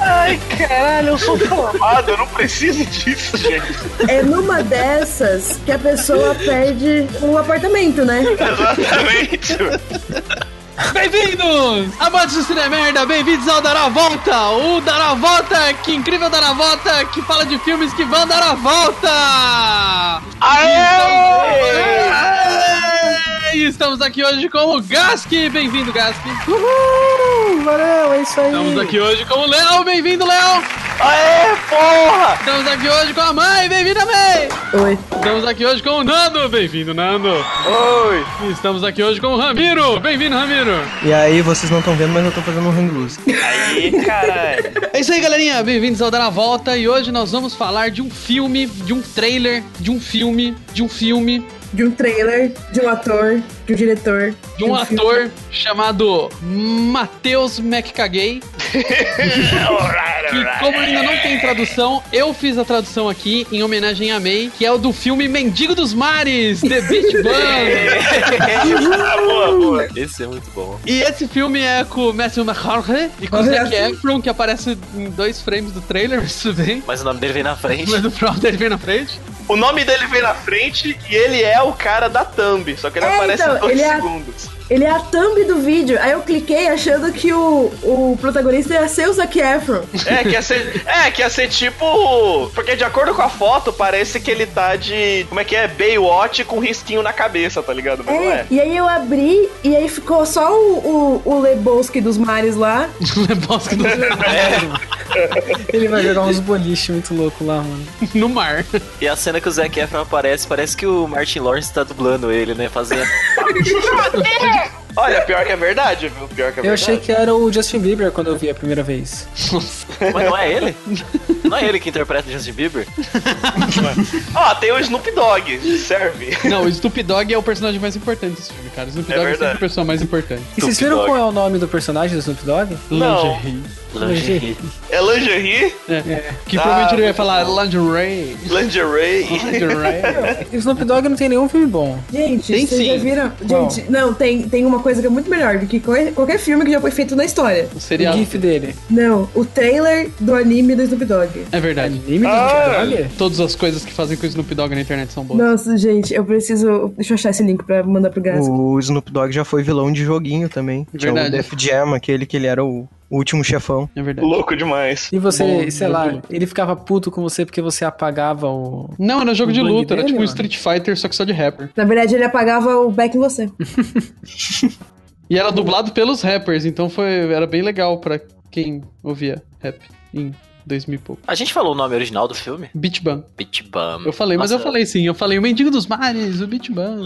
Ai, caralho, eu sou formado, eu não preciso disso, gente. É numa dessas que a pessoa perde um apartamento, né? Exatamente. Bem-vindos! Amantes do Cine Merda, bem-vindos ao Dar a Volta! O Dar a Volta, que incrível Dar a Volta, que fala de filmes que vão dar a volta! Aê! E estamos aqui hoje com o Gask, bem-vindo Gask! Uhul! Valeu, é isso aí. Estamos aqui hoje com o Léo, bem-vindo Léo! Aê, porra! Estamos aqui hoje com a mãe, bem-vinda mãe! Oi. Estamos aqui hoje com o Nando, bem-vindo Nando! Oi! E estamos aqui hoje com o Ramiro, bem-vindo Ramiro! E aí, vocês não estão vendo, mas eu tô fazendo um hang loose. Aí, caralho. É isso aí, galerinha. Bem-vindos ao Dar a Volta. E hoje nós vamos falar de um filme, de um trailer, de um filme, de um filme, De um trailer, de um ator, de um diretor. de um filme. ator chamado Matheus McCagay. Que, como ainda não tem tradução, eu fiz a tradução aqui em homenagem a May, que é o do filme Mendigo dos Mares, The Beach Band. boa, boa, boa. Esse é muito bom. E esse filme é com o Matthew McConaughey e com o Olha Zac Efron, que aparece em dois frames do trailer, mas tudo bem. Mas o nome dele vem na frente. Mas o próprio ele vem na frente. O nome dele vem na frente e ele é o cara da thumb, só que ele É, aparece então, em dois ele é- segundos. Ele é a thumb do vídeo. Aí eu cliquei achando que o, o protagonista ia ser o Zac Efron. É, que ia ser. É, que ia ser tipo. Porque de acordo com a foto, parece que ele tá de. Como é que é? Baywatch com risquinho na cabeça, tá ligado? Mas não É, é. e aí eu abri e aí ficou só o, o, o Lebowski dos mares lá. Lebowski dos Mares, Ele vai jogar uns boliches muito louco lá, mano. no mar. E a cena que o Zac Efron aparece, parece que o Martin Lawrence tá dublando ele, né? Fazendo. Olha, pior que é verdade, viu? Pior que é verdade. Eu achei que era o Justin Bieber quando eu vi a primeira vez. Mas não é ele? Não é ele que interpreta o Justin Bieber? Ó, Ah, tem o Snoop Dogg, serve. Não, o Snoop Dogg é o personagem mais importante desse filme, cara. O Snoop É Dogg é, sempre verdade. o personagem mais importante. E vocês Snoop viram Dogg. qual é o nome do personagem do Snoop Dogg? Não. Lingerie. Lingerie. É lingerie, É. Que provavelmente ele ia falar lingerie. lingerie. Lingerie. E o Snoop Dogg não tem nenhum filme bom. Gente, Tem vocês sim. já viram? Qual? Gente, não, tem, tem uma coisa que é muito melhor do que qual- qualquer filme que já foi feito na história. O O serial. gif dele. Não, o trailer do anime do Snoop Dogg. É verdade. Anime do Ah. Snoop Dogg? Todas as coisas que fazem com o Snoop Dogg na internet são boas. Nossa, gente, eu preciso. Deixa eu achar esse link pra mandar pro Gás. O Snoop Dogg já foi vilão de joguinho também. é Tinha Verdade. o Def Jam, aquele que ele era o último chefão. É verdade. Louco demais. E você, Bom, sei lá, jogo. ele ficava puto com você porque você apagava o... Não, era jogo O de bang luta, era dele, tipo mano. Street Fighter, só que só de rapper. Na verdade, ele apagava o back em você. E era dublado pelos rappers, então foi era bem legal pra quem ouvia rap em 2000 e pouco. A gente falou o nome original do filme? Beat Bang. Beach Bum. Eu falei, mas eu Nossa, falei sim, eu falei o Mendigo dos Mares, o Beat Bang.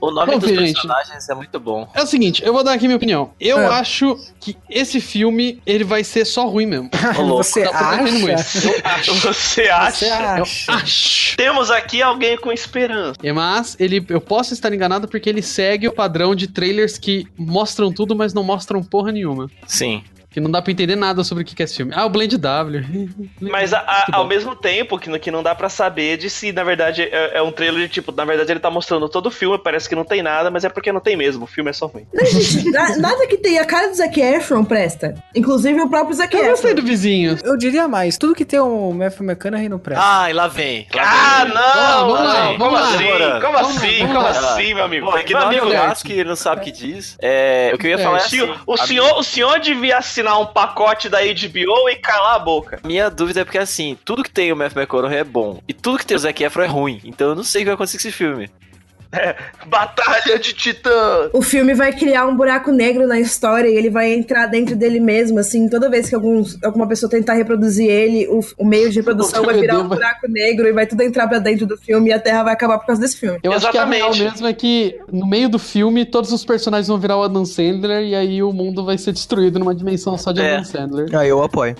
O nome dos Confia, gente. personagens é muito bom. É o seguinte, eu vou dar aqui minha opinião. Eu Ah. acho que esse filme, ele vai ser só ruim mesmo. Ô, louco. Você tá prometendo acha? Você acha? Você Eu acha? acho. Temos aqui alguém com esperança. É, Mas ele, eu posso estar enganado porque ele segue o padrão de trailers que mostram tudo, mas não mostram porra nenhuma. Sim. Que não dá pra entender nada sobre o que que é esse filme. Ah, o Blend W. Mas a- a- Que bom. ao mesmo tempo que, no- que não dá pra saber de se, na verdade, é, é um trailer de tipo, na verdade ele tá mostrando todo o filme, parece que não tem nada, mas é porque não tem mesmo, o filme é só ruim. Não, gente, na- nada que tenha a cara do Zac Efron presta. Inclusive o próprio Zac Eu gostei Efron. do vizinho. Eu diria mais, tudo que tem o Matthew McConaughey não presta. Ah, e lá vem. Lá Ah, vem. não! Vamos lá, não, vamos como lá. assim? Como Vamos lá, assim? vamos como lá. assim, meu amigo? Bom, é meu ignora amigo, o Alberto. Gask, ele não sabe o que diz. É, o que eu ia É, falar é o senhor- assim, o, a senhor, o senhor devia assinar um pacote da HBO e calar a boca. Minha dúvida é porque, assim, tudo que tem o Matthew McConaughey é bom. E tudo que tem o Zac Efron é ruim. Então eu não sei o que vai acontecer com esse filme. Batalha de Titã! O filme vai criar um buraco negro na história e ele vai entrar dentro dele mesmo, assim, toda vez que alguns, alguma pessoa tentar reproduzir ele, o, o meio de reprodução Meu vai virar Deus, um vai- buraco negro e vai tudo entrar pra dentro do filme e a Terra vai acabar por causa desse filme. Eu acho que a Exatamente. real mesmo é que no meio do filme todos os personagens vão virar o Adam Sandler e aí o mundo vai ser destruído numa dimensão só de É. Adam Sandler. Ah, eu apoio.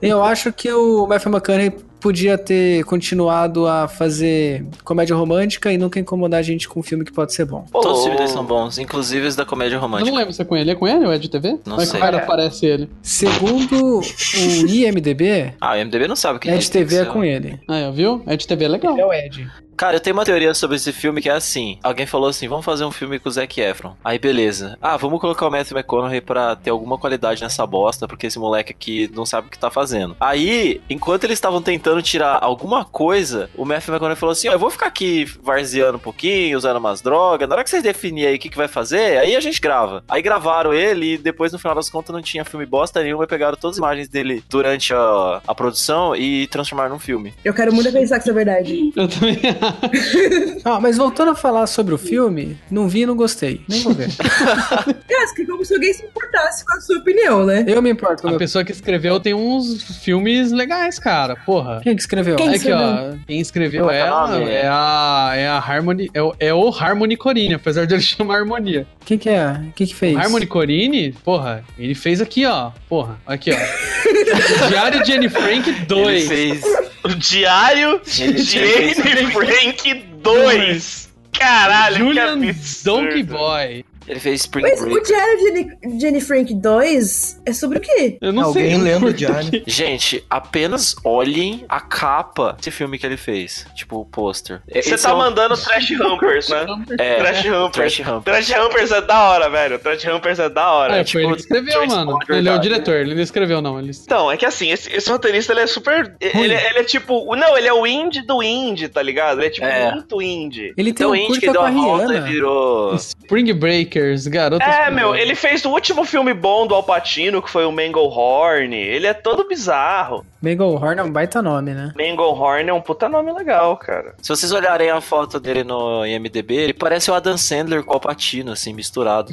Eu acho que o Matthew McConaughey podia ter continuado a fazer comédia romântica e nunca incomodar a gente com um filme que pode ser bom. Todos os filmes ô. dele são bons, inclusive os da comédia Eu não romântica. lembro se é com ele. É com ele ou é de TV? Não Mas sei. cara aparece ele. Segundo o IMDB, Ah, o MDB não sabe o que Ed TV é com ele. Ah, é, viu? É de TV é legal. É o Ed. Cara, eu tenho uma teoria sobre esse filme que é assim. Alguém falou assim, vamos fazer um filme com o Zac Efron. Aí, beleza. Ah, vamos colocar o Matthew McConaughey pra ter alguma qualidade nessa bosta, porque esse moleque aqui não sabe o que tá fazendo. Aí, enquanto eles estavam tentando tirar alguma coisa, o Matthew McConaughey falou assim, ó, eu vou ficar aqui varzeando um pouquinho, usando umas drogas. Na hora que vocês definirem aí o que, que vai fazer, aí a gente grava. Aí gravaram ele e depois, no final das contas, não tinha filme bosta nenhuma. e Pegaram todas as imagens dele durante a, a produção e transformaram num filme. Eu quero muito acreditar que isso é verdade. Eu também. Ah, mas voltando a falar sobre o filme, não vi e não gostei. Nem vou ver. Cara, que como se alguém se importasse com a sua opinião, né? Eu me importo. com A meu- pessoa que escreveu tem uns filmes legais, cara. Porra. Quem que escreveu? Quem? É aqui, ó. Quem escreveu Como é que é o ela nome? é a, é a Harmony. É o, é o Harmony Corine, apesar de ele chamar Harmonia. Quem que é? Quem que fez? Harmony Corine, porra, ele fez aqui, ó. Porra, aqui, ó. Diário de Anne Frank 2. Ele fez. O Diário Ele de fez- Anne Frank 2. Caralho, Julian que absurdo. Donkey Boy. Ele fez Spring Mas Break. o Diário de Jenny, Jenny Frank 2 é sobre o quê? Eu não Alguém sei. eu lendo o curto diário. aqui. Gente, apenas olhem a capa desse filme que ele fez. Tipo, o pôster. É- Você esse tá é um- mandando Trash Humpers, né? É, Trash Humpers. Trash Hump. Trash Humpers é da hora, velho. Trash Humpers é da hora. É, É, foi ele que escreveu, Trace mano. Scott's Ele é o verdade. diretor, ele não escreveu, não. Ele... Então, é que assim, esse, esse roteirista ele é super. Ele, ele é tipo. o- Não, ele é o indie do indie, tá ligado? Ele é tipo É. muito indie. Ele tem Então, o um Indy que curta deu com a a volta e Rihanna. virou. Spring Breakers, garoto. É, meu, ele fez o último filme bom do Alpatino, que foi o Manglehorn. Ele é todo bizarro. Manglehorn é um baita nome, né? Manglehorn é um puta nome legal, cara. Se vocês olharem a foto dele no IMDB, ele parece o Adam Sandler com o Patino, assim, misturado.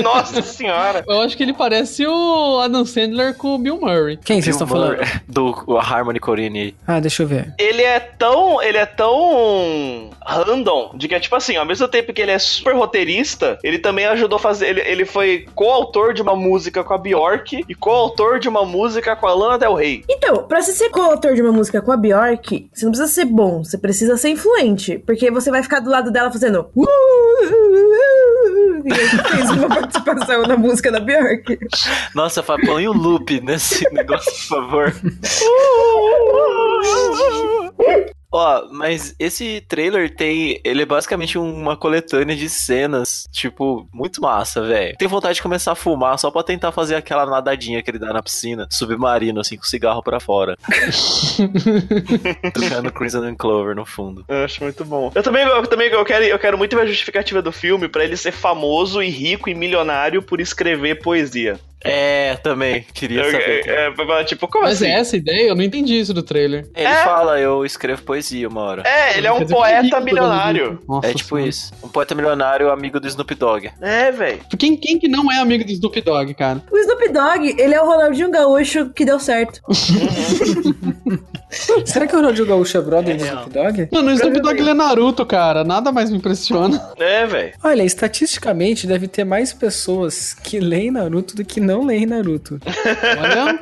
Nossa senhora. Eu acho que ele parece o Adam Sandler com o Bill Murray. Quem vocês estão Bill falando? Murray, Do o Harmony Corine. Ah, deixa eu ver. Ele é tão. Ele é tão. random. De que é tipo assim, ao mesmo tempo que ele é super roteirista, ele também ajudou a fazer. Ele, ele foi coautor de uma música com a Bjork e coautor de uma música com a Lana Del Rey. Então, pra você ser coautor de uma música com a Bjork, você não precisa ser bom, você precisa ser influente. Porque você vai ficar do lado dela fazendo. "Uh, uh, uh, uh", E aí fez uma participação na música da Bjork. Nossa, Fá, põe o loop nesse negócio, por favor. Ó, mas esse trailer tem. Ele é basicamente uma coletânea de cenas, tipo, muito massa, velho. Tem vontade de começar a fumar só pra tentar fazer aquela nadadinha que ele dá na piscina, submarino, assim, com o cigarro pra fora. Tocando Crimson and Clover no fundo. Eu acho muito bom. Eu também, eu também eu quero, eu quero muito ver a justificativa do filme pra ele ser famoso e rico e milionário por escrever poesia. É, também, queria Eu- saber. também. é, é, é, tipo, como Mas assim? é essa ideia? Eu não entendi isso do trailer. Ele É. fala, eu escrevo poesia uma hora. É, ele é um Quer dizer, quem poeta que milionário. Nossa É tipo senhora. isso. Um poeta milionário amigo do Snoop Dogg. É, velho. Quem, quem que não é amigo do Snoop Dogg, cara? O Snoop Dogg, ele é o Ronaldinho Gaúcho que deu certo. Então, Será que o Ronaldinho Gaúcho é brother do Snoop Dogg? Mano, o Snoop Dogg ele é Naruto, cara. Nada mais me impressiona. É, velho. Olha, estatisticamente deve ter mais pessoas que leem Naruto do que não leem Naruto. Olha.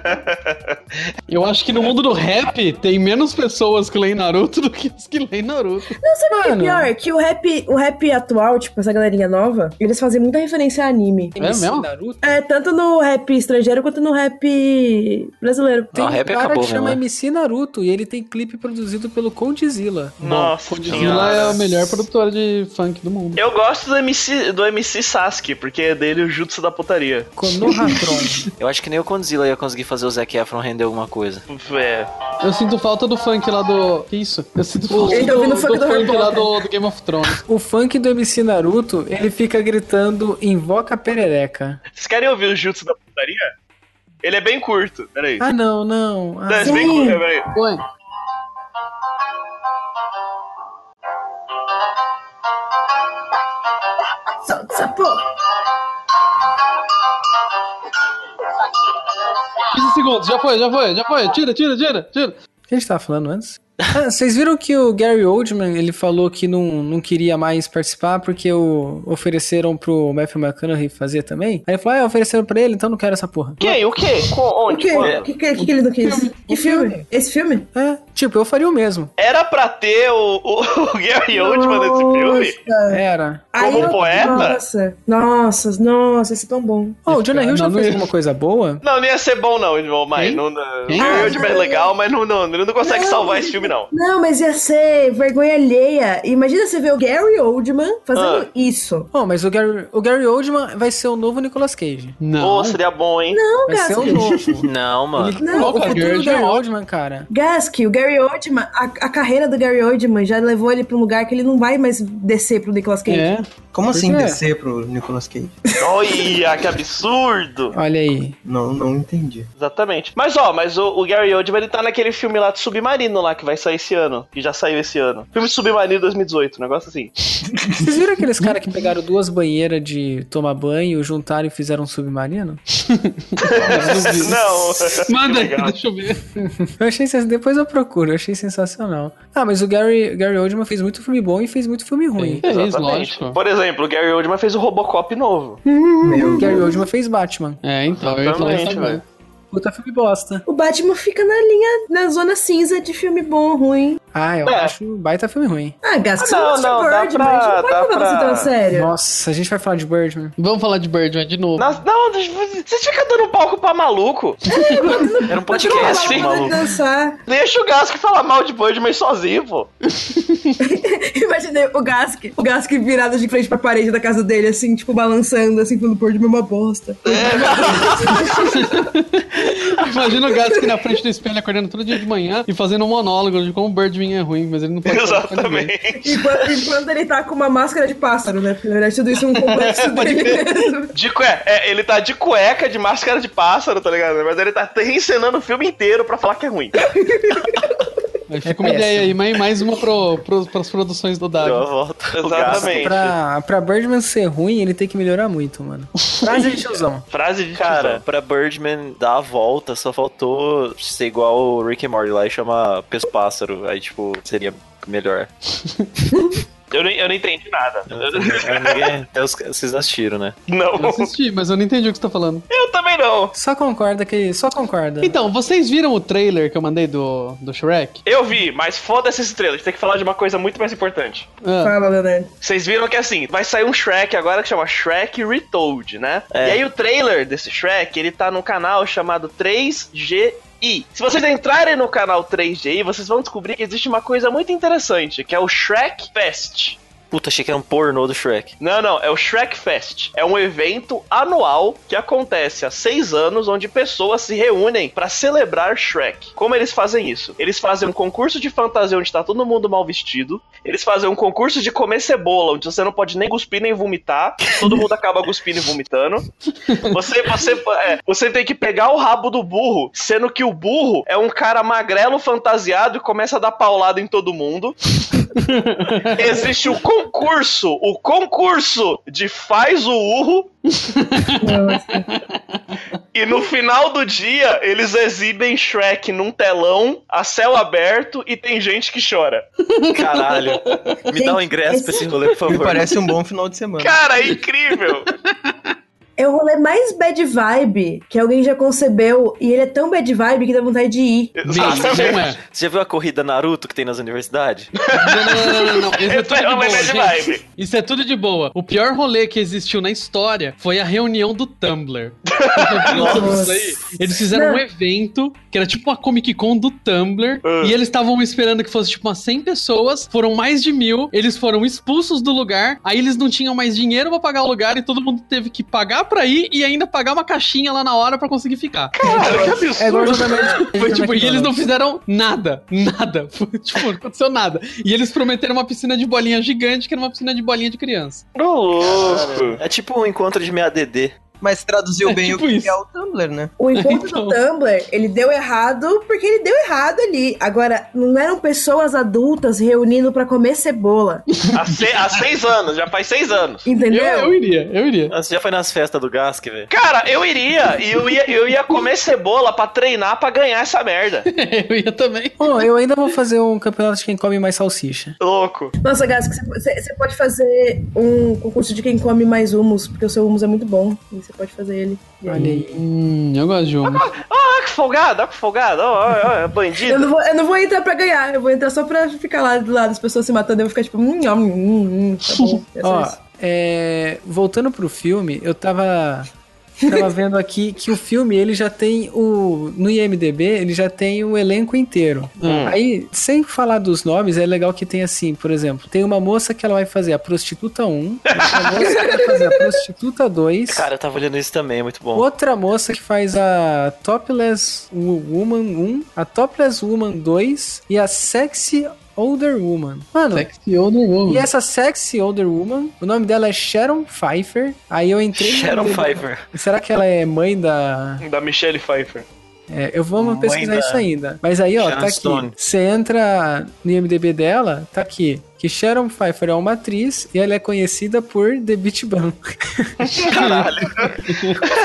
Eu acho que no mundo do rap tem menos pessoas que leem Naruto do que as que leem Naruto. Não, sabe o que é Mano. pior? Que o rap, o rap atual, tipo, essa galerinha nova, eles fazem muita referência a anime. É mesmo? Naruto? É, tanto no rap estrangeiro quanto no rap brasileiro. Não, rap cara acabou, que chama né? MC Naruto e ele tem clipe produzido pelo Condzilla. Nossa, Godzilla é a melhor produtora de funk do mundo. Eu gosto do MC, do MC Sasuke, porque é dele o jutsu da putaria. Konohatron. Eu acho que nem o Condzilla ia conseguir fazer o Zac Efron render alguma coisa. É. Eu sinto falta do funk lá do. Que isso? Eu sinto falta Ele tá ouvindo o funk do Harry lá Potter. do, do Game of Thrones. o funk do MC Naruto, ele fica gritando invoca a perereca. Vocês querem ouvir o jutsu da putaria? Ele é bem curto. Peraí. Ah, não, não. Ah, Não, é sim. bem curto. Peraí. Põe. Solta essa porra. 15 segundos, já foi, já foi, já foi. Tira, tira, tira, tira. O que a gente tava falando antes? Ah, vocês viram que o Gary Oldman, ele falou que não, não queria mais participar porque o, ofereceram pro Matthew McConaughey fazer também? Aí ele falou, ah, ofereceram pra ele, então não quero essa porra. Quem? O quê? Com, O onde? quê? Quando? O que, que, que, que ele não quis? Que filme? Esse filme? É, Tipo, eu faria o mesmo. Era pra ter o, o, o Gary Oldman nesse filme? Nossa. É. Era. Como eu- poeta? Nossa, nossa, nossa, isso é tão bom. Oh, o Jonah Hill já "Ah, Não, não fez ia. alguma coisa boa? Não, não ia ser bom, não, irmão, mas Quem? não. não- Quem? Gary Ah, Oldman é não. legal, mas não, não, ele não consegue Não. salvar esse filme, não. Não, mas ia ser vergonha alheia. Imagina você ver o Gary Oldman Ah. fazendo isso. Oh, mas o Gary, o Gary Oldman vai ser o novo Nicolas Cage. Pô, Não. seria bom, hein? Não, Vai ser Gask. o novo. Não, mano. Ele- Não, o futuro Gary do Gary Oldman. Oldman, cara. Gask, o Gary Oldman, a, a carreira do Gary Oldman já levou ele pra um lugar que ele não vai mais descer pro Nicolas Cage. É. Como Por assim quê? descer pro Nicolas Cage? Olha, que absurdo! Olha aí. Não, não entendi. Exatamente. Mas ó, mas o, o Gary Oldman ele tá naquele filme lá de Submarino lá que vai sair esse ano, que já saiu esse ano. Filme de Submarino 2018, um negócio assim. Vocês viram aqueles caras que pegaram duas banheiras de tomar banho, juntaram e fizeram um submarino? Não. Manda aí, Legal. deixa eu ver. É Eu achei sens... Depois eu procuro, eu achei sensacional. Ah, mas o Gary, Gary Oldman fez muito filme bom e fez muito filme ruim. Feliz, Exatamente. É lógico. Por exemplo, o Gary Oldman fez o Robocop novo. O Meu Gary Oldman fez Batman. É, então, eu ia falar isso Exatamente, agora. velho. Puta filme bosta. O Batman fica na linha, na zona cinza de filme bom ruim. Ah, eu É. acho baita filme ruim. Ah, Gask, Ah, você não, não, gosta não, de dá Birdman, pra- a gente não dá pode levar você pra- é tão a sério. Nossa, a gente vai falar de Birdman. Vamos falar de Birdman de novo. Nossa, não, você fica dando um palco pra maluco. Era um Você não vai podcast, parar de maluco. dançar. Deixa o Gasco falar mal de Birdman sozinho, pô. Imaginei o Gask, o Gask virado de frente pra parede da casa dele, assim, tipo, balançando, assim, falando, Birdman é uma bosta. Imagina o gato aqui na frente do espelho acordando todo dia de manhã e fazendo um monólogo de como o Birdman é ruim, mas ele não pode falar pra ninguém. Exatamente. E quando, e quando ele tá com uma máscara de pássaro, né? Porque na verdade tudo isso é um complexo dele mesmo. De cue... é, ele tá de cueca, de máscara de pássaro, tá ligado? Mas ele tá reencenando o filme inteiro pra falar que é ruim. Aí fica uma péssimo. ideia aí, mais, mais uma pro, pro, pras produções do Eu Davi. volto. Nossa, Exatamente. pra, pra Birdman ser ruim, ele tem que melhorar muito, mano. Frase de tiozão. Frase de Cara, cara. Tipo, pra Birdman dar a volta, só faltou ser igual o Rick and Morty lá e chamar Peso Pássaro. Aí, tipo, seria melhor. Eu não, eu não entendi nada. é Ninguém- até os- Vocês não assistiram, né? Não. Eu assisti, mas eu não entendi o que você tá falando. Eu também não. Só concorda que. Só concorda. Então, vocês viram o trailer que eu mandei do, do Shrek? Eu vi, mas foda-se esse trailer. A gente tem que falar de uma coisa muito mais importante. Ah, Fala, Leonardo. Vocês viram que assim, vai sair um Shrek agora que chama Shrek Retold, né? É. E aí o trailer desse Shrek, ele tá num canal chamado 3G. I. se vocês entrarem no canal 3GI, vocês vão descobrir que existe uma coisa muito interessante, que é o Shrek Fest. Puta, achei que era um pornô do Shrek. Não, não, é o Shrek Fest. É um evento anual que acontece há seis anos, onde pessoas se reúnem pra celebrar Shrek. Como eles fazem isso? Eles fazem um concurso de fantasia onde tá todo mundo mal vestido. Eles fazem um concurso de comer cebola, onde você não pode nem cuspir nem vomitar. Todo mundo acaba cuspindo e vomitando. Você, você, é, você tem que pegar o rabo do burro, sendo que o burro é um cara magrelo fantasiado e começa a dar paulada em todo mundo. Existe o concurso, o concurso de faz o urro. E no final do dia, eles exibem Shrek num telão, a céu aberto, e tem gente que chora. Caralho. Me dá um ingresso pra esse rolê, por Me favor. parece um bom final de semana. Cara, é incrível! É o rolê mais bad vibe que alguém já concebeu e ele é tão bad vibe que dá vontade de ir. Não, não é. Você já viu a corrida Naruto que tem nas universidades? Não, não, não, não, não. Isso é Esse tudo de é o boa, melhor de gente. vibe. Isso é tudo de boa. O pior rolê que existiu na história foi a reunião do Tumblr. Vocês viram sobre isso aí? Eles fizeram Não. um evento que era tipo uma Comic Con do Tumblr. Ah. E eles estavam esperando que fosse tipo umas 100 pessoas. Foram mais de mil. Eles foram expulsos do lugar. Aí eles não tinham mais dinheiro pra pagar o lugar. E todo mundo teve que pagar pra ir e ainda pagar uma caixinha lá na hora pra conseguir ficar. Cara, que É igual absurdo! jogar Magic. Foi, tipo, e eles não fizeram nada, nada. Foi, tipo, não aconteceu nada. E eles prometeram uma piscina de bolinha gigante, que era uma piscina de bolinha de criança. Tô louco! É tipo um encontro de MADD. Mas traduziu É bem tipo o que isso. é o Tumblr, né? O encontro Então. do Tumblr, ele deu errado porque ele deu errado ali. Agora, não eram pessoas adultas reunindo pra comer cebola. Há, se- há seis anos, já faz seis anos. Eu, Entendeu? eu iria, eu iria. Ah, Você já foi nas festas do Gask, velho? Cara, eu iria, e eu ia, eu ia comer cebola pra treinar pra ganhar essa merda. Eu ia também. Bom, eu ainda vou fazer um campeonato de quem come mais salsicha. Louco. Nossa, Gask, você- você você pode fazer um concurso de quem come mais humus, porque o seu humus é muito bom. E você você pode fazer ele. E aí- Olha aí. Hum, eu gosto de homem. Ah, que folgado, ah, que folgado, ó, ó, ó, Eu bandido. não, vou, eu não vou entrar pra ganhar, eu vou entrar só pra ficar lá do lado, as pessoas se matando, eu vou ficar tipo, hum, hum, hum, hum, tá bom. É só Ó, isso. é, voltando pro filme, eu tava, tava vendo aqui que o filme, ele já tem o... No IMDB, ele já tem o elenco inteiro. Hum. Aí, sem falar dos nomes, é legal que tem assim, por exemplo, tem uma moça que ela vai fazer a prostituta 1, outra moça que vai fazer a prostituta 2... Cara, eu tava olhando isso também, é muito bom. Outra moça que faz a Topless Wo- Woman 1, a Topless Woman 2 e a Sexy Older Woman. Mano, Sexy Older Woman. e essa Sexy Older Woman, o nome dela é Sharon Pfeiffer. Aí eu entrei. no Sharon IMDb. Pfeiffer. Será que ela é mãe da. Da Michelle Pfeiffer. é, eu vou Mãe pesquisar da- isso ainda. Mas aí, ó, Sharon tá aqui. Stone. Você entra no IMDB dela, tá aqui. Que Sharon Pfeiffer é uma atriz e ela é conhecida por The Beach Bum. Caralho.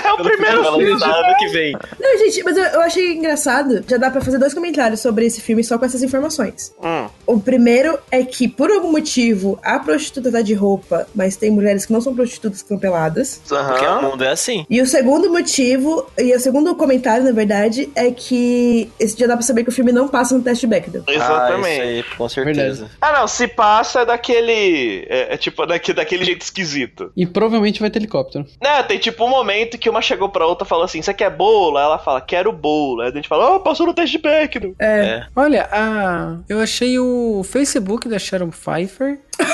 É o primeiro Ela filme. tá ano que vem. Não, gente, mas eu, eu achei engraçado. Já dá pra fazer dois comentários sobre esse filme só com essas informações. Hum. O primeiro é que, por algum motivo, a prostituta tá de roupa, mas tem mulheres que não são prostitutas que são peladas. Porque o Aham. mundo é assim. E o segundo motivo, e o segundo comentário, na verdade, é que esse dia dá pra saber que o filme não passa no teste Bechdel. Exatamente. Ah, isso aí, com certeza. Ah, não, se passa é daquele. É, é tipo daque- daquele jeito esquisito. E provavelmente vai ter helicóptero. Né, tem tipo um momento que uma chegou pra outra e falou assim: Você quer bolo? Aí ela fala: Quero bolo. Aí a gente fala: Ah, passou no teste de Beckman. É. Olha, a... eu achei o Facebook da Sharon Pfeiffer.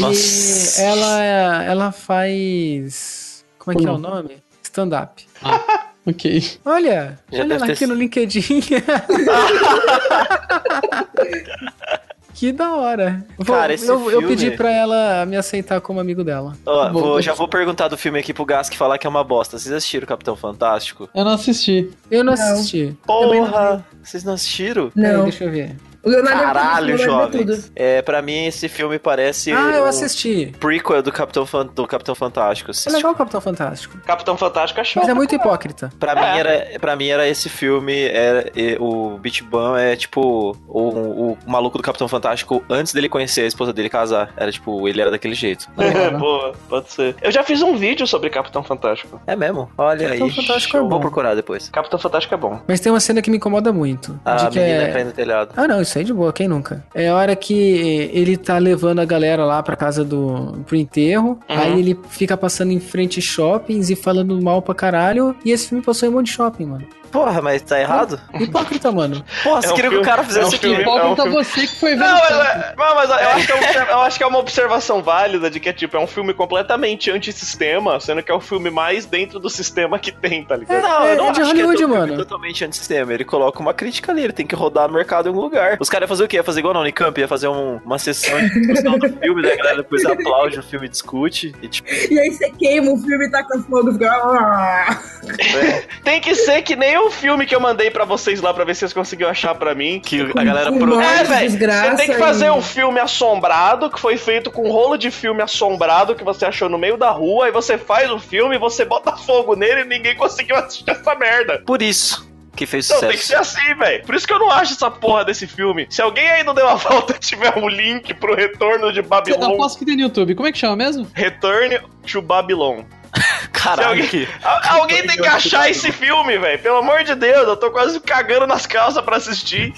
Nossa. E ela, ela faz. Como é que é o Pornô. nome? Stand-up. Ok. Olha, Já olha deve ela ter aqui no LinkedIn. que da hora. Vou- Cara, esse eu, eu filme- pedi pra ela me aceitar como amigo dela. Ó, Bom, vou- bom. já vou perguntar do filme aqui pro Gas que falar que é uma bosta. Vocês assistiram Capitão Fantástico? Eu não assisti. Eu não, Não. assisti. Também não Porra! Vocês não assistiram? Peraí, Não. É, deixa eu ver. O Leonardo é Caralho, o Leonardo é tudo. jovens. É, pra mim esse filme parece Ah, eu um assisti. prequel do Capitão, Fan- do Capitão Fantástico. assim. É legal o Capitão Fantástico. Capitão Fantástico achou. Mas é muito hipócrita. Pra, mim era, pra mim era esse filme, era, e- o Beat Bum é tipo o, o maluco do Capitão Fantástico antes dele conhecer a esposa dele e casar. Era tipo, ele era daquele jeito. Boa, pode ser. Eu já fiz um vídeo sobre Capitão Fantástico. É mesmo, olha Capitão aí. Fantástico é Show. Vou bom. procurar depois. Capitão Fantástico é bom. Mas tem uma cena que me incomoda muito. A de que Ah, menina é- caindo no telhado. Ah, não, isso aí de boa, quem nunca? É a hora que ele tá levando a galera lá pra casa do. pro Uhum. enterro. Aí ele fica passando em frente a shoppings e falando mal pra caralho. E esse filme passou em um monte de shopping, mano. Porra, mas tá errado? Hipócrita, mano. Porra, você um queria que filme- o cara fizesse é um isso aqui. filme- Hipócrita é um filme- você que foi ver. Não, o mas, filme. é- não, mas eu, acho que é um- eu acho que é uma observação válida de que é tipo, é um filme completamente antissistema, sendo que é o filme mais dentro do sistema que tem, tá ligado? Não, É- eu não é de acho que Hollywood, é do filme mano. totalmente antissistema. Ele coloca uma crítica ali, ele tem que rodar no mercado em algum lugar. Os caras iam fazer o quê? Ia fazer igual na Unicamp? Ia fazer um- uma sessão de discussão do filme, da galera depois aplaude o filme, discute. E tipo, E aí você queima o filme e taca fogo, fica. "Ah!" é, Tem que ser que nem o filme que eu mandei pra vocês lá pra ver se vocês conseguiram achar pra mim. que a galera... Uhum. Com Pro... nós. É, Nossa, velho, desgraça você tem que aí. fazer um filme assombrado, que foi feito com um rolo de filme assombrado que você achou no meio da rua, aí você faz o filme, você bota fogo nele e ninguém conseguiu assistir essa merda. Por isso que fez Não, sucesso. tem que ser assim, velho. Por isso que eu não acho essa porra desse filme. Se alguém aí não deu a volta e tiver um link pro retorno de Eu Babylon, aposto que tem no YouTube. Como é que chama mesmo? Return to Babylon. Caralho. Se Al- alguém tem que achar esse filme, velho. Pelo amor de Deus, eu tô quase cagando nas calças pra assistir.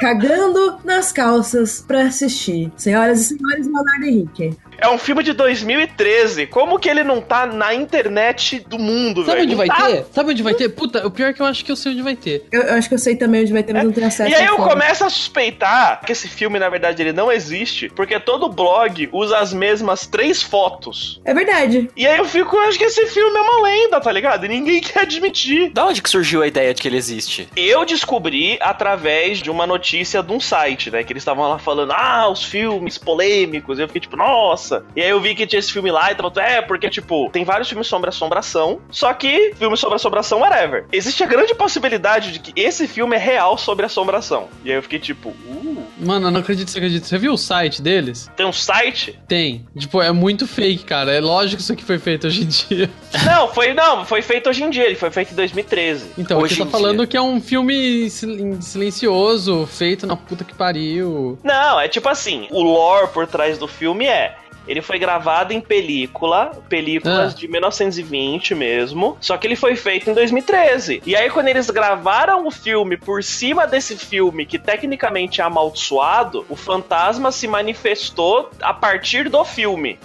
Cagando nas calças pra assistir. Senhoras e senhores, Leonardo Henrique. É um filme de 2013. Como que ele não tá na internet do mundo, velho? Sabe onde vai Não tá. ter? Sabe onde vai ter? Puta, o pior é que eu acho que eu sei onde vai ter. Eu, eu acho que eu sei também onde vai ter, mas não tenho acesso. É, E aí eu ao fórum. começo a suspeitar que esse filme, na verdade, ele não existe, porque todo blog usa as mesmas três fotos. É verdade. E aí eu fico, eu acho que esse filme é uma lenda, tá ligado? E ninguém quer admitir. Da onde que surgiu a ideia de que ele existe? Eu descobri através de uma notícia de um site, né? Que eles estavam lá falando, ah, os filmes polêmicos. E eu fiquei tipo, nossa. E aí eu vi que tinha esse filme lá e tal. É, porque, tipo, tem vários filmes sobre assombração. Só que filme sobre assombração, whatever. Existe a grande possibilidade de que esse filme é real sobre assombração. E aí eu fiquei tipo, uh, Mano, eu não acredito, você acredita. Você viu o site deles? tem um site? Tem. Tipo, é muito fake, cara. É lógico que isso aqui foi feito hoje em dia. não, foi não, foi feito hoje em dia. Ele foi feito em 2013. Então, Hoje você tá em falando que é um filme sil- silencioso, feito na puta que pariu. Não, é tipo assim, o lore por trás do filme é Ele foi gravado em película, películas Ah. de 1920 mesmo, só que ele foi feito em 2013. E aí quando eles gravaram o filme por cima desse filme que tecnicamente é amaldiçoado, o fantasma se manifestou a partir do filme.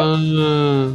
Ah,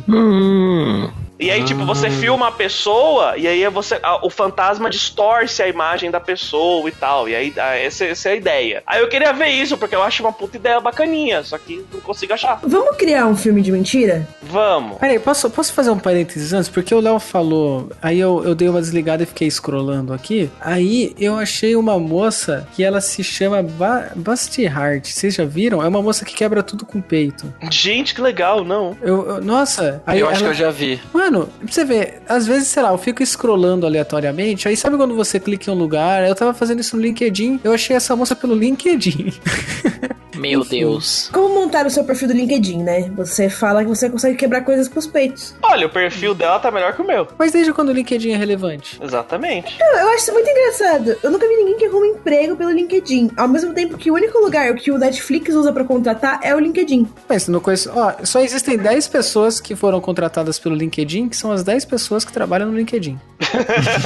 E aí, tipo, você Ah. filma a pessoa e aí é você, a- o fantasma distorce a imagem da pessoa e tal. E aí, a- essa, essa é a ideia. Aí eu queria ver isso, porque eu acho uma puta ideia bacaninha, só que não consigo achar. Vamos criar um filme de mentira? Vamos. Peraí, posso, posso fazer um parênteses antes? Porque o Léo falou, aí eu, eu dei uma desligada e fiquei scrollando aqui. Aí eu achei uma moça que ela se chama ba Basti Hart. Vocês já viram? É uma moça que quebra tudo com o peito. Gente, que legal, não. Eu, eu- nossa, aí eu acho ela- que eu já vi. Mano, pra você ver, às vezes, sei lá, eu fico scrollando aleatoriamente, aí sabe quando você clica em um lugar? Eu tava fazendo isso no LinkedIn, eu achei essa moça pelo LinkedIn. Meu Enfim. Deus. Como montar o seu perfil do LinkedIn, né? Você fala que você consegue quebrar coisas com os peitos. Olha, o perfil dela tá melhor que o meu. Mas desde quando o LinkedIn é relevante? Exatamente. Eu- Eu acho isso muito engraçado. Eu nunca vi ninguém que arruma emprego pelo LinkedIn. Ao mesmo tempo que o único lugar que o Netflix usa pra contratar é o LinkedIn. Mas não conheço. Ó, só existem 10 pessoas que foram contratadas pelo LinkedIn, que são as 10 pessoas que trabalham no LinkedIn.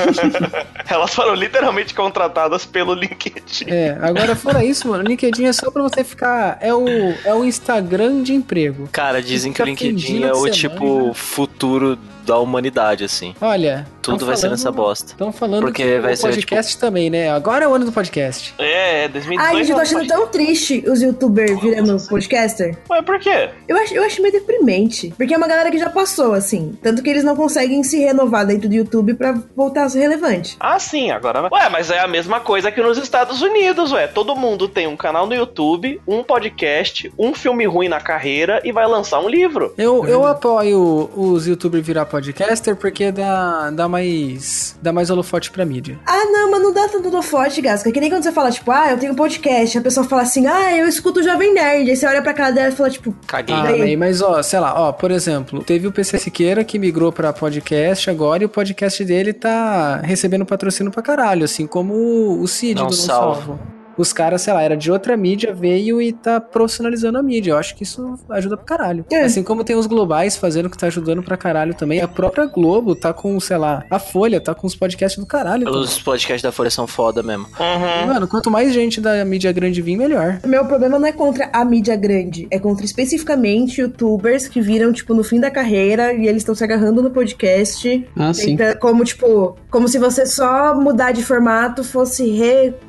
Elas foram literalmente contratadas pelo LinkedIn. É, agora fora isso, mano, o LinkedIn é só pra você ficar. É o, é o Instagram de emprego. Cara, dizem que o Fica LinkedIn fingindo é que o você tipo futuro da humanidade, assim. Olha. Tudo vai ser né? nessa bosta. Estão falando Porque que vai o ser, tipo, podcast também, né? Agora é o ano do podcast. É, é 2018. Ai, gente, eu tô achando mas- tão triste os youtubers virando podcaster. Mas por quê? Eu acho, eu acho meio deprimente. Porque é uma galera que já passou, assim. Tanto que eles não conseguem se renovar dentro do YouTube pra voltar a ser relevante. Ah, sim, agora. Ué, mas é a mesma coisa que nos Estados Unidos, ué. Todo mundo tem um canal no YouTube, um podcast, um filme ruim na carreira e vai lançar um livro. É Eu, eu apoio os youtubers virar podcaster porque dá, dá mais. dá mais holofote pra mídia. Ah, não, mas não dá tanto do forte, Gasca. Que nem quando você fala, tipo, ah, eu tenho podcast. A pessoa fala assim, ah, eu escuto o Jovem Nerd. Aí você olha pra cara dela e fala, tipo, Caguei. Ah, daí? bem, mas ó, sei lá, ó, por exemplo, teve o PC Siqueira que migrou pra podcast agora e o podcast dele tá recebendo patrocínio pra caralho, assim como o Cid Não do Não salvo. Salvo. Os caras, sei lá, era de outra mídia, veio e tá profissionalizando a mídia. Eu acho que isso ajuda pra caralho. É. Assim como tem os globais fazendo que tá ajudando pra caralho também. A própria Globo tá com, sei lá, a Folha tá com os podcasts do caralho. Os podcasts da Folha são foda mesmo. também. Uhum. Mano, quanto mais gente da mídia grande vir, melhor. Meu problema não é contra a mídia grande, é contra especificamente youtubers que viram, tipo, no fim da carreira e eles estão se agarrando no podcast. ah sim. Tenta- como, tipo, como se você só mudar de formato fosse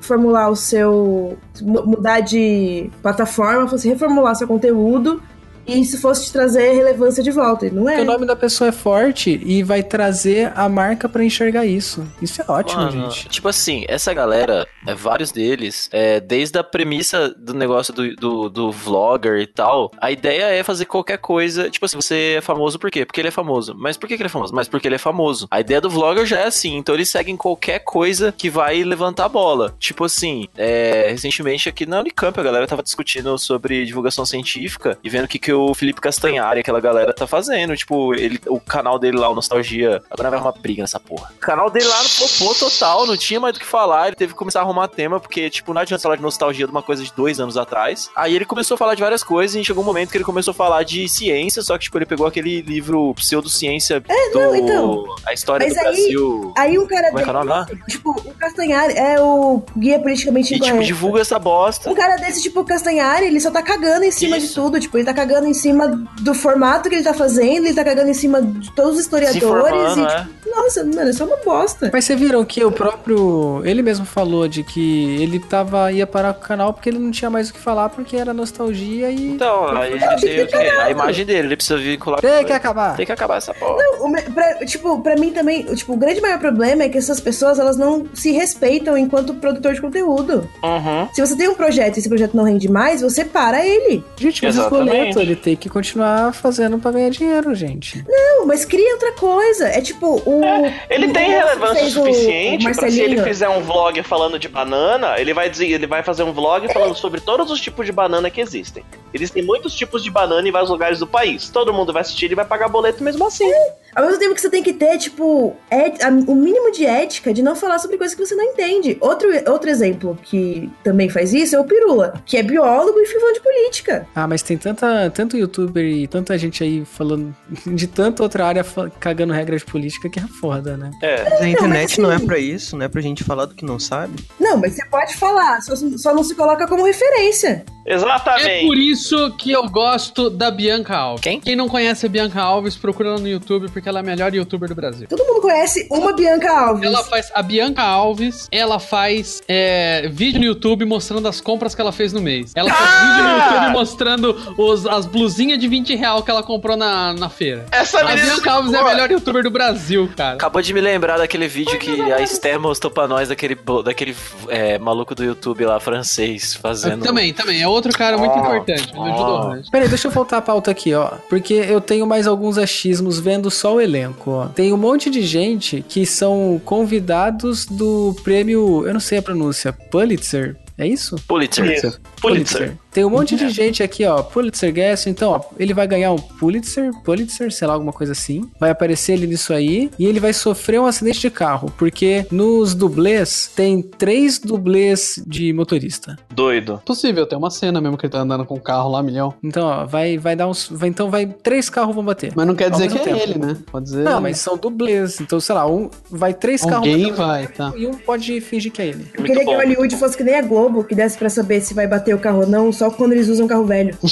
reformular o seu. mu- mudar de plataforma, fosse reformular seu conteúdo e isso fosse te trazer relevância de volta. E não é. Porque o nome da pessoa é forte e vai trazer a marca pra enxergar isso. Isso é ótimo, Mano, gente. Tipo assim, essa galera, é, vários deles, é, desde a premissa do negócio do, do, do vlogger e tal, a ideia é fazer qualquer coisa. Tipo assim, você é famoso por quê? Porque ele é famoso. Mas por que, que ele é famoso? Mas porque ele é famoso. A ideia do vlogger já é assim, então eles seguem qualquer coisa que vai levantar a bola. Tipo assim, é, recentemente aqui na Unicamp a galera tava discutindo sobre divulgação científica e vendo o que, que o Felipe Castanhari, aquela galera, tá fazendo. Tipo, ele, o canal dele lá, o Nostalgia. Agora vai arrumar briga nessa porra. O canal dele lá no popô total, não tinha mais do que falar. Ele teve que começar a arrumar tema, porque, tipo, não adianta falar de nostalgia de uma coisa de dois anos atrás. Aí ele começou a falar de várias coisas e chegou um momento que ele começou a falar de ciência, só que, tipo, ele pegou aquele livro pseudociência do. não, então. A história Mas do aí- Brasil. Aí um cara Como é que é o nome lá? desse, tipo, o Castanhari é o guia politicamente E, tipo, incorreto. divulga essa bosta. Um cara desse, tipo, Castanhari, ele só tá cagando em cima Isso. de tudo. Tipo, ele tá cagando em cima do formato que ele tá fazendo, ele tá cagando em cima de todos os se historiadores. informando, E, né? tipo, nossa, mano, isso é uma bosta. Mas vocês viram que o próprio. Ele mesmo falou de que ele tava. ia parar com o canal porque ele não tinha mais o que falar, porque era nostalgia e. Então, aí ele tem o quê? A imagem dele, ele precisa É, vincular. Tem que acabar! Tem que acabar essa porra. O me- pra- tipo, pra mim também, o- tipo, o grande maior problema é que essas pessoas, elas não se respeitam enquanto produtor de conteúdo. Uhum. Se você tem um projeto e esse projeto não rende mais, você para ele. Gente, mas os Exatamente. boletos, ele tem que continuar fazendo pra ganhar dinheiro, gente. Não, mas cria outra coisa. É tipo, o... Ele o- tem o- relevância fez o- o suficiente pra se ele Marcelinho. fizer um vlog falando de banana, ele vai dizer, ele vai fazer um vlog falando sobre todos os tipos de banana que existem. Existem muitos tipos de banana em vários lugares do país. Todo mundo vai assistir e vai pagar boleto mesmo assim. Ao mesmo tempo que você tem que ter, tipo, é- a- o mínimo de ética de não falar sobre coisas que você não entende. Outro, outro exemplo que também faz isso é o Pirula, que é biólogo e fivão de política. Ah, mas tem tanta, tanto youtuber e tanta gente aí falando de tanta outra área fa- cagando regra de política que é foda, né? É. Mas a internet assim- não é pra isso, não é pra gente falar do que não sabe. Não, mas você pode falar, só, só não se coloca como referência. É Exatamente. por isso que eu gosto da Bianca Alves. Quem? Quem não conhece a Bianca Alves, procura ela no YouTube, porque ela é a melhor youtuber do Brasil. Todo mundo conhece uma Bianca Alves. Ela é faz. A Bianca Alves, ela faz é, vídeo no YouTube mostrando as compras que ela fez no mês. Ela faz Ah! vídeo no YouTube mostrando os- as blusinhas de 20 real que ela comprou na, na feira. Essa A menina. Bianca Alves é a melhor youtuber do Brasil, cara. Acabou de me lembrar daquele vídeo que a Esther mostrou pra nós, daquele, bo- daquele é, maluco do YouTube lá, francês, fazendo... Também, também. É outro cara muito Ah. importante. Ele ajudou Ah. muito. Peraí, deixa eu voltar a pauta aqui, ó. Porque eu tenho mais alguns achismos vendo só o elenco, ó. Tem um monte de gente que são convidados do prêmio, eu não sei a pronúncia, Pulitzer. É isso? Pulitzer. Isso. Pulitzer. Tem um monte de gente aqui, ó. Pulitzer Guest, então, ó, ele vai ganhar um Pulitzer, Pulitzer, sei lá, alguma coisa assim. Vai aparecer ele nisso aí. E ele vai sofrer um acidente de carro. Porque nos dublês tem três dublês de motorista. Doido. Possível, tem uma cena mesmo que ele tá andando com o carro lá, milhão. Então, ó, vai, vai dar uns. vai- então vai. Três carros vão bater. Mas não quer Ao dizer que mesmo é tempo. ele, né? Pode dizer. Não, mas são dublês. Então, sei lá, um vai três carros Alguém batendo no vai, outro tá. e um pode fingir que é ele. Eu queria Muito que bom. Hollywood fosse que nem a Globo, que desse pra saber se vai bater o carro ou não, só quando eles usam carro velho.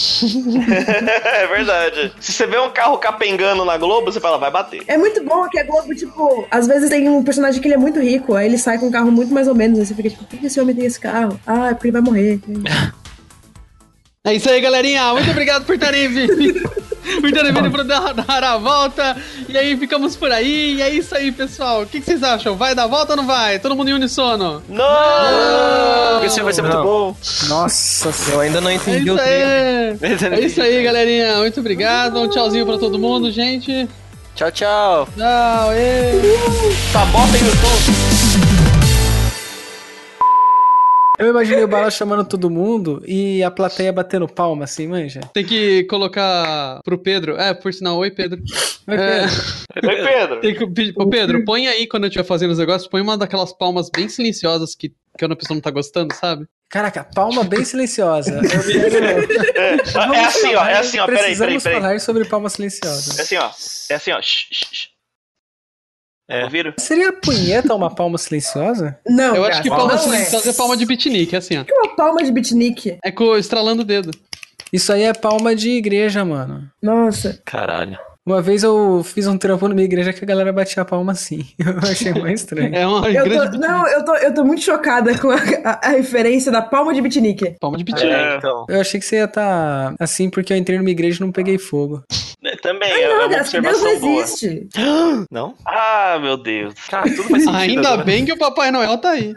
é verdade. Se você vê um carro capengando na Globo, você fala, vai bater. É muito bom que a Globo, tipo, às vezes tem um personagem que ele é muito rico, aí ele sai com um carro muito mais ou menos, aí você fica tipo, por que esse homem tem esse carro? Ah, é porque ele vai morrer. É isso aí, galerinha. Muito obrigado por terem vindo. por terem vindo pra dar, dar a volta. E aí, ficamos por aí. E é isso aí, pessoal. O que, que vocês acham? Vai dar a volta ou não vai? Todo mundo em unissono. Não! Porque Esse filme vai ser muito Não. bom. Nossa Eu ainda não É entendi o isso termo. aí. É isso aí, galerinha. Muito obrigado. Um tchauzinho pra todo mundo, gente. Tchau, tchau. Tchau. ê. Sabotem o som. Eu imaginei o Bala chamando todo mundo e a plateia batendo palma, assim, manja. Tem que colocar pro Pedro. É, por sinal, oi, Pedro. Vai, É. Pedro. Oi, Pedro. Tem que pedir- Ô, Pedro, põe aí quando eu estiver fazendo os negócios, põe uma daquelas palmas bem silenciosas que, que a pessoa não tá gostando, sabe? Caraca, palma bem silenciosa. Eu quero- É, Vamos é assim, ó. falar- É assim, ó. Peraí, peraí, Precisamos peraí. falar sobre palma É silenciosa. assim, ó. É assim, ó. Shh, shh, shh. É. Ouviram? Seria punheta uma palma silenciosa? Não, eu acho que Gaspar, palma não silenciosa é palma de bitnik, é assim, ó. Que uma palma de beatnik. É com, estralando o dedo. Isso aí é palma de igreja, mano. Nossa. Caralho. Uma vez eu fiz um trampo na minha igreja que a galera batia a palma assim. Eu achei mais estranho. É uma Eu grande tô, não, eu tô, eu tô muito chocada com a, a- a referência da palma de beatnik. palma de bitnik. É. então. Eu achei que você ia estar assim porque eu entrei numa igreja e não peguei fogo. É, Também, Ah, é não, uma Gaspar, Deus não observação boa. existe. Não? Ah, meu Deus. Cara, tudo faz sentido Ainda agora. bem que o Papai Noel tá aí.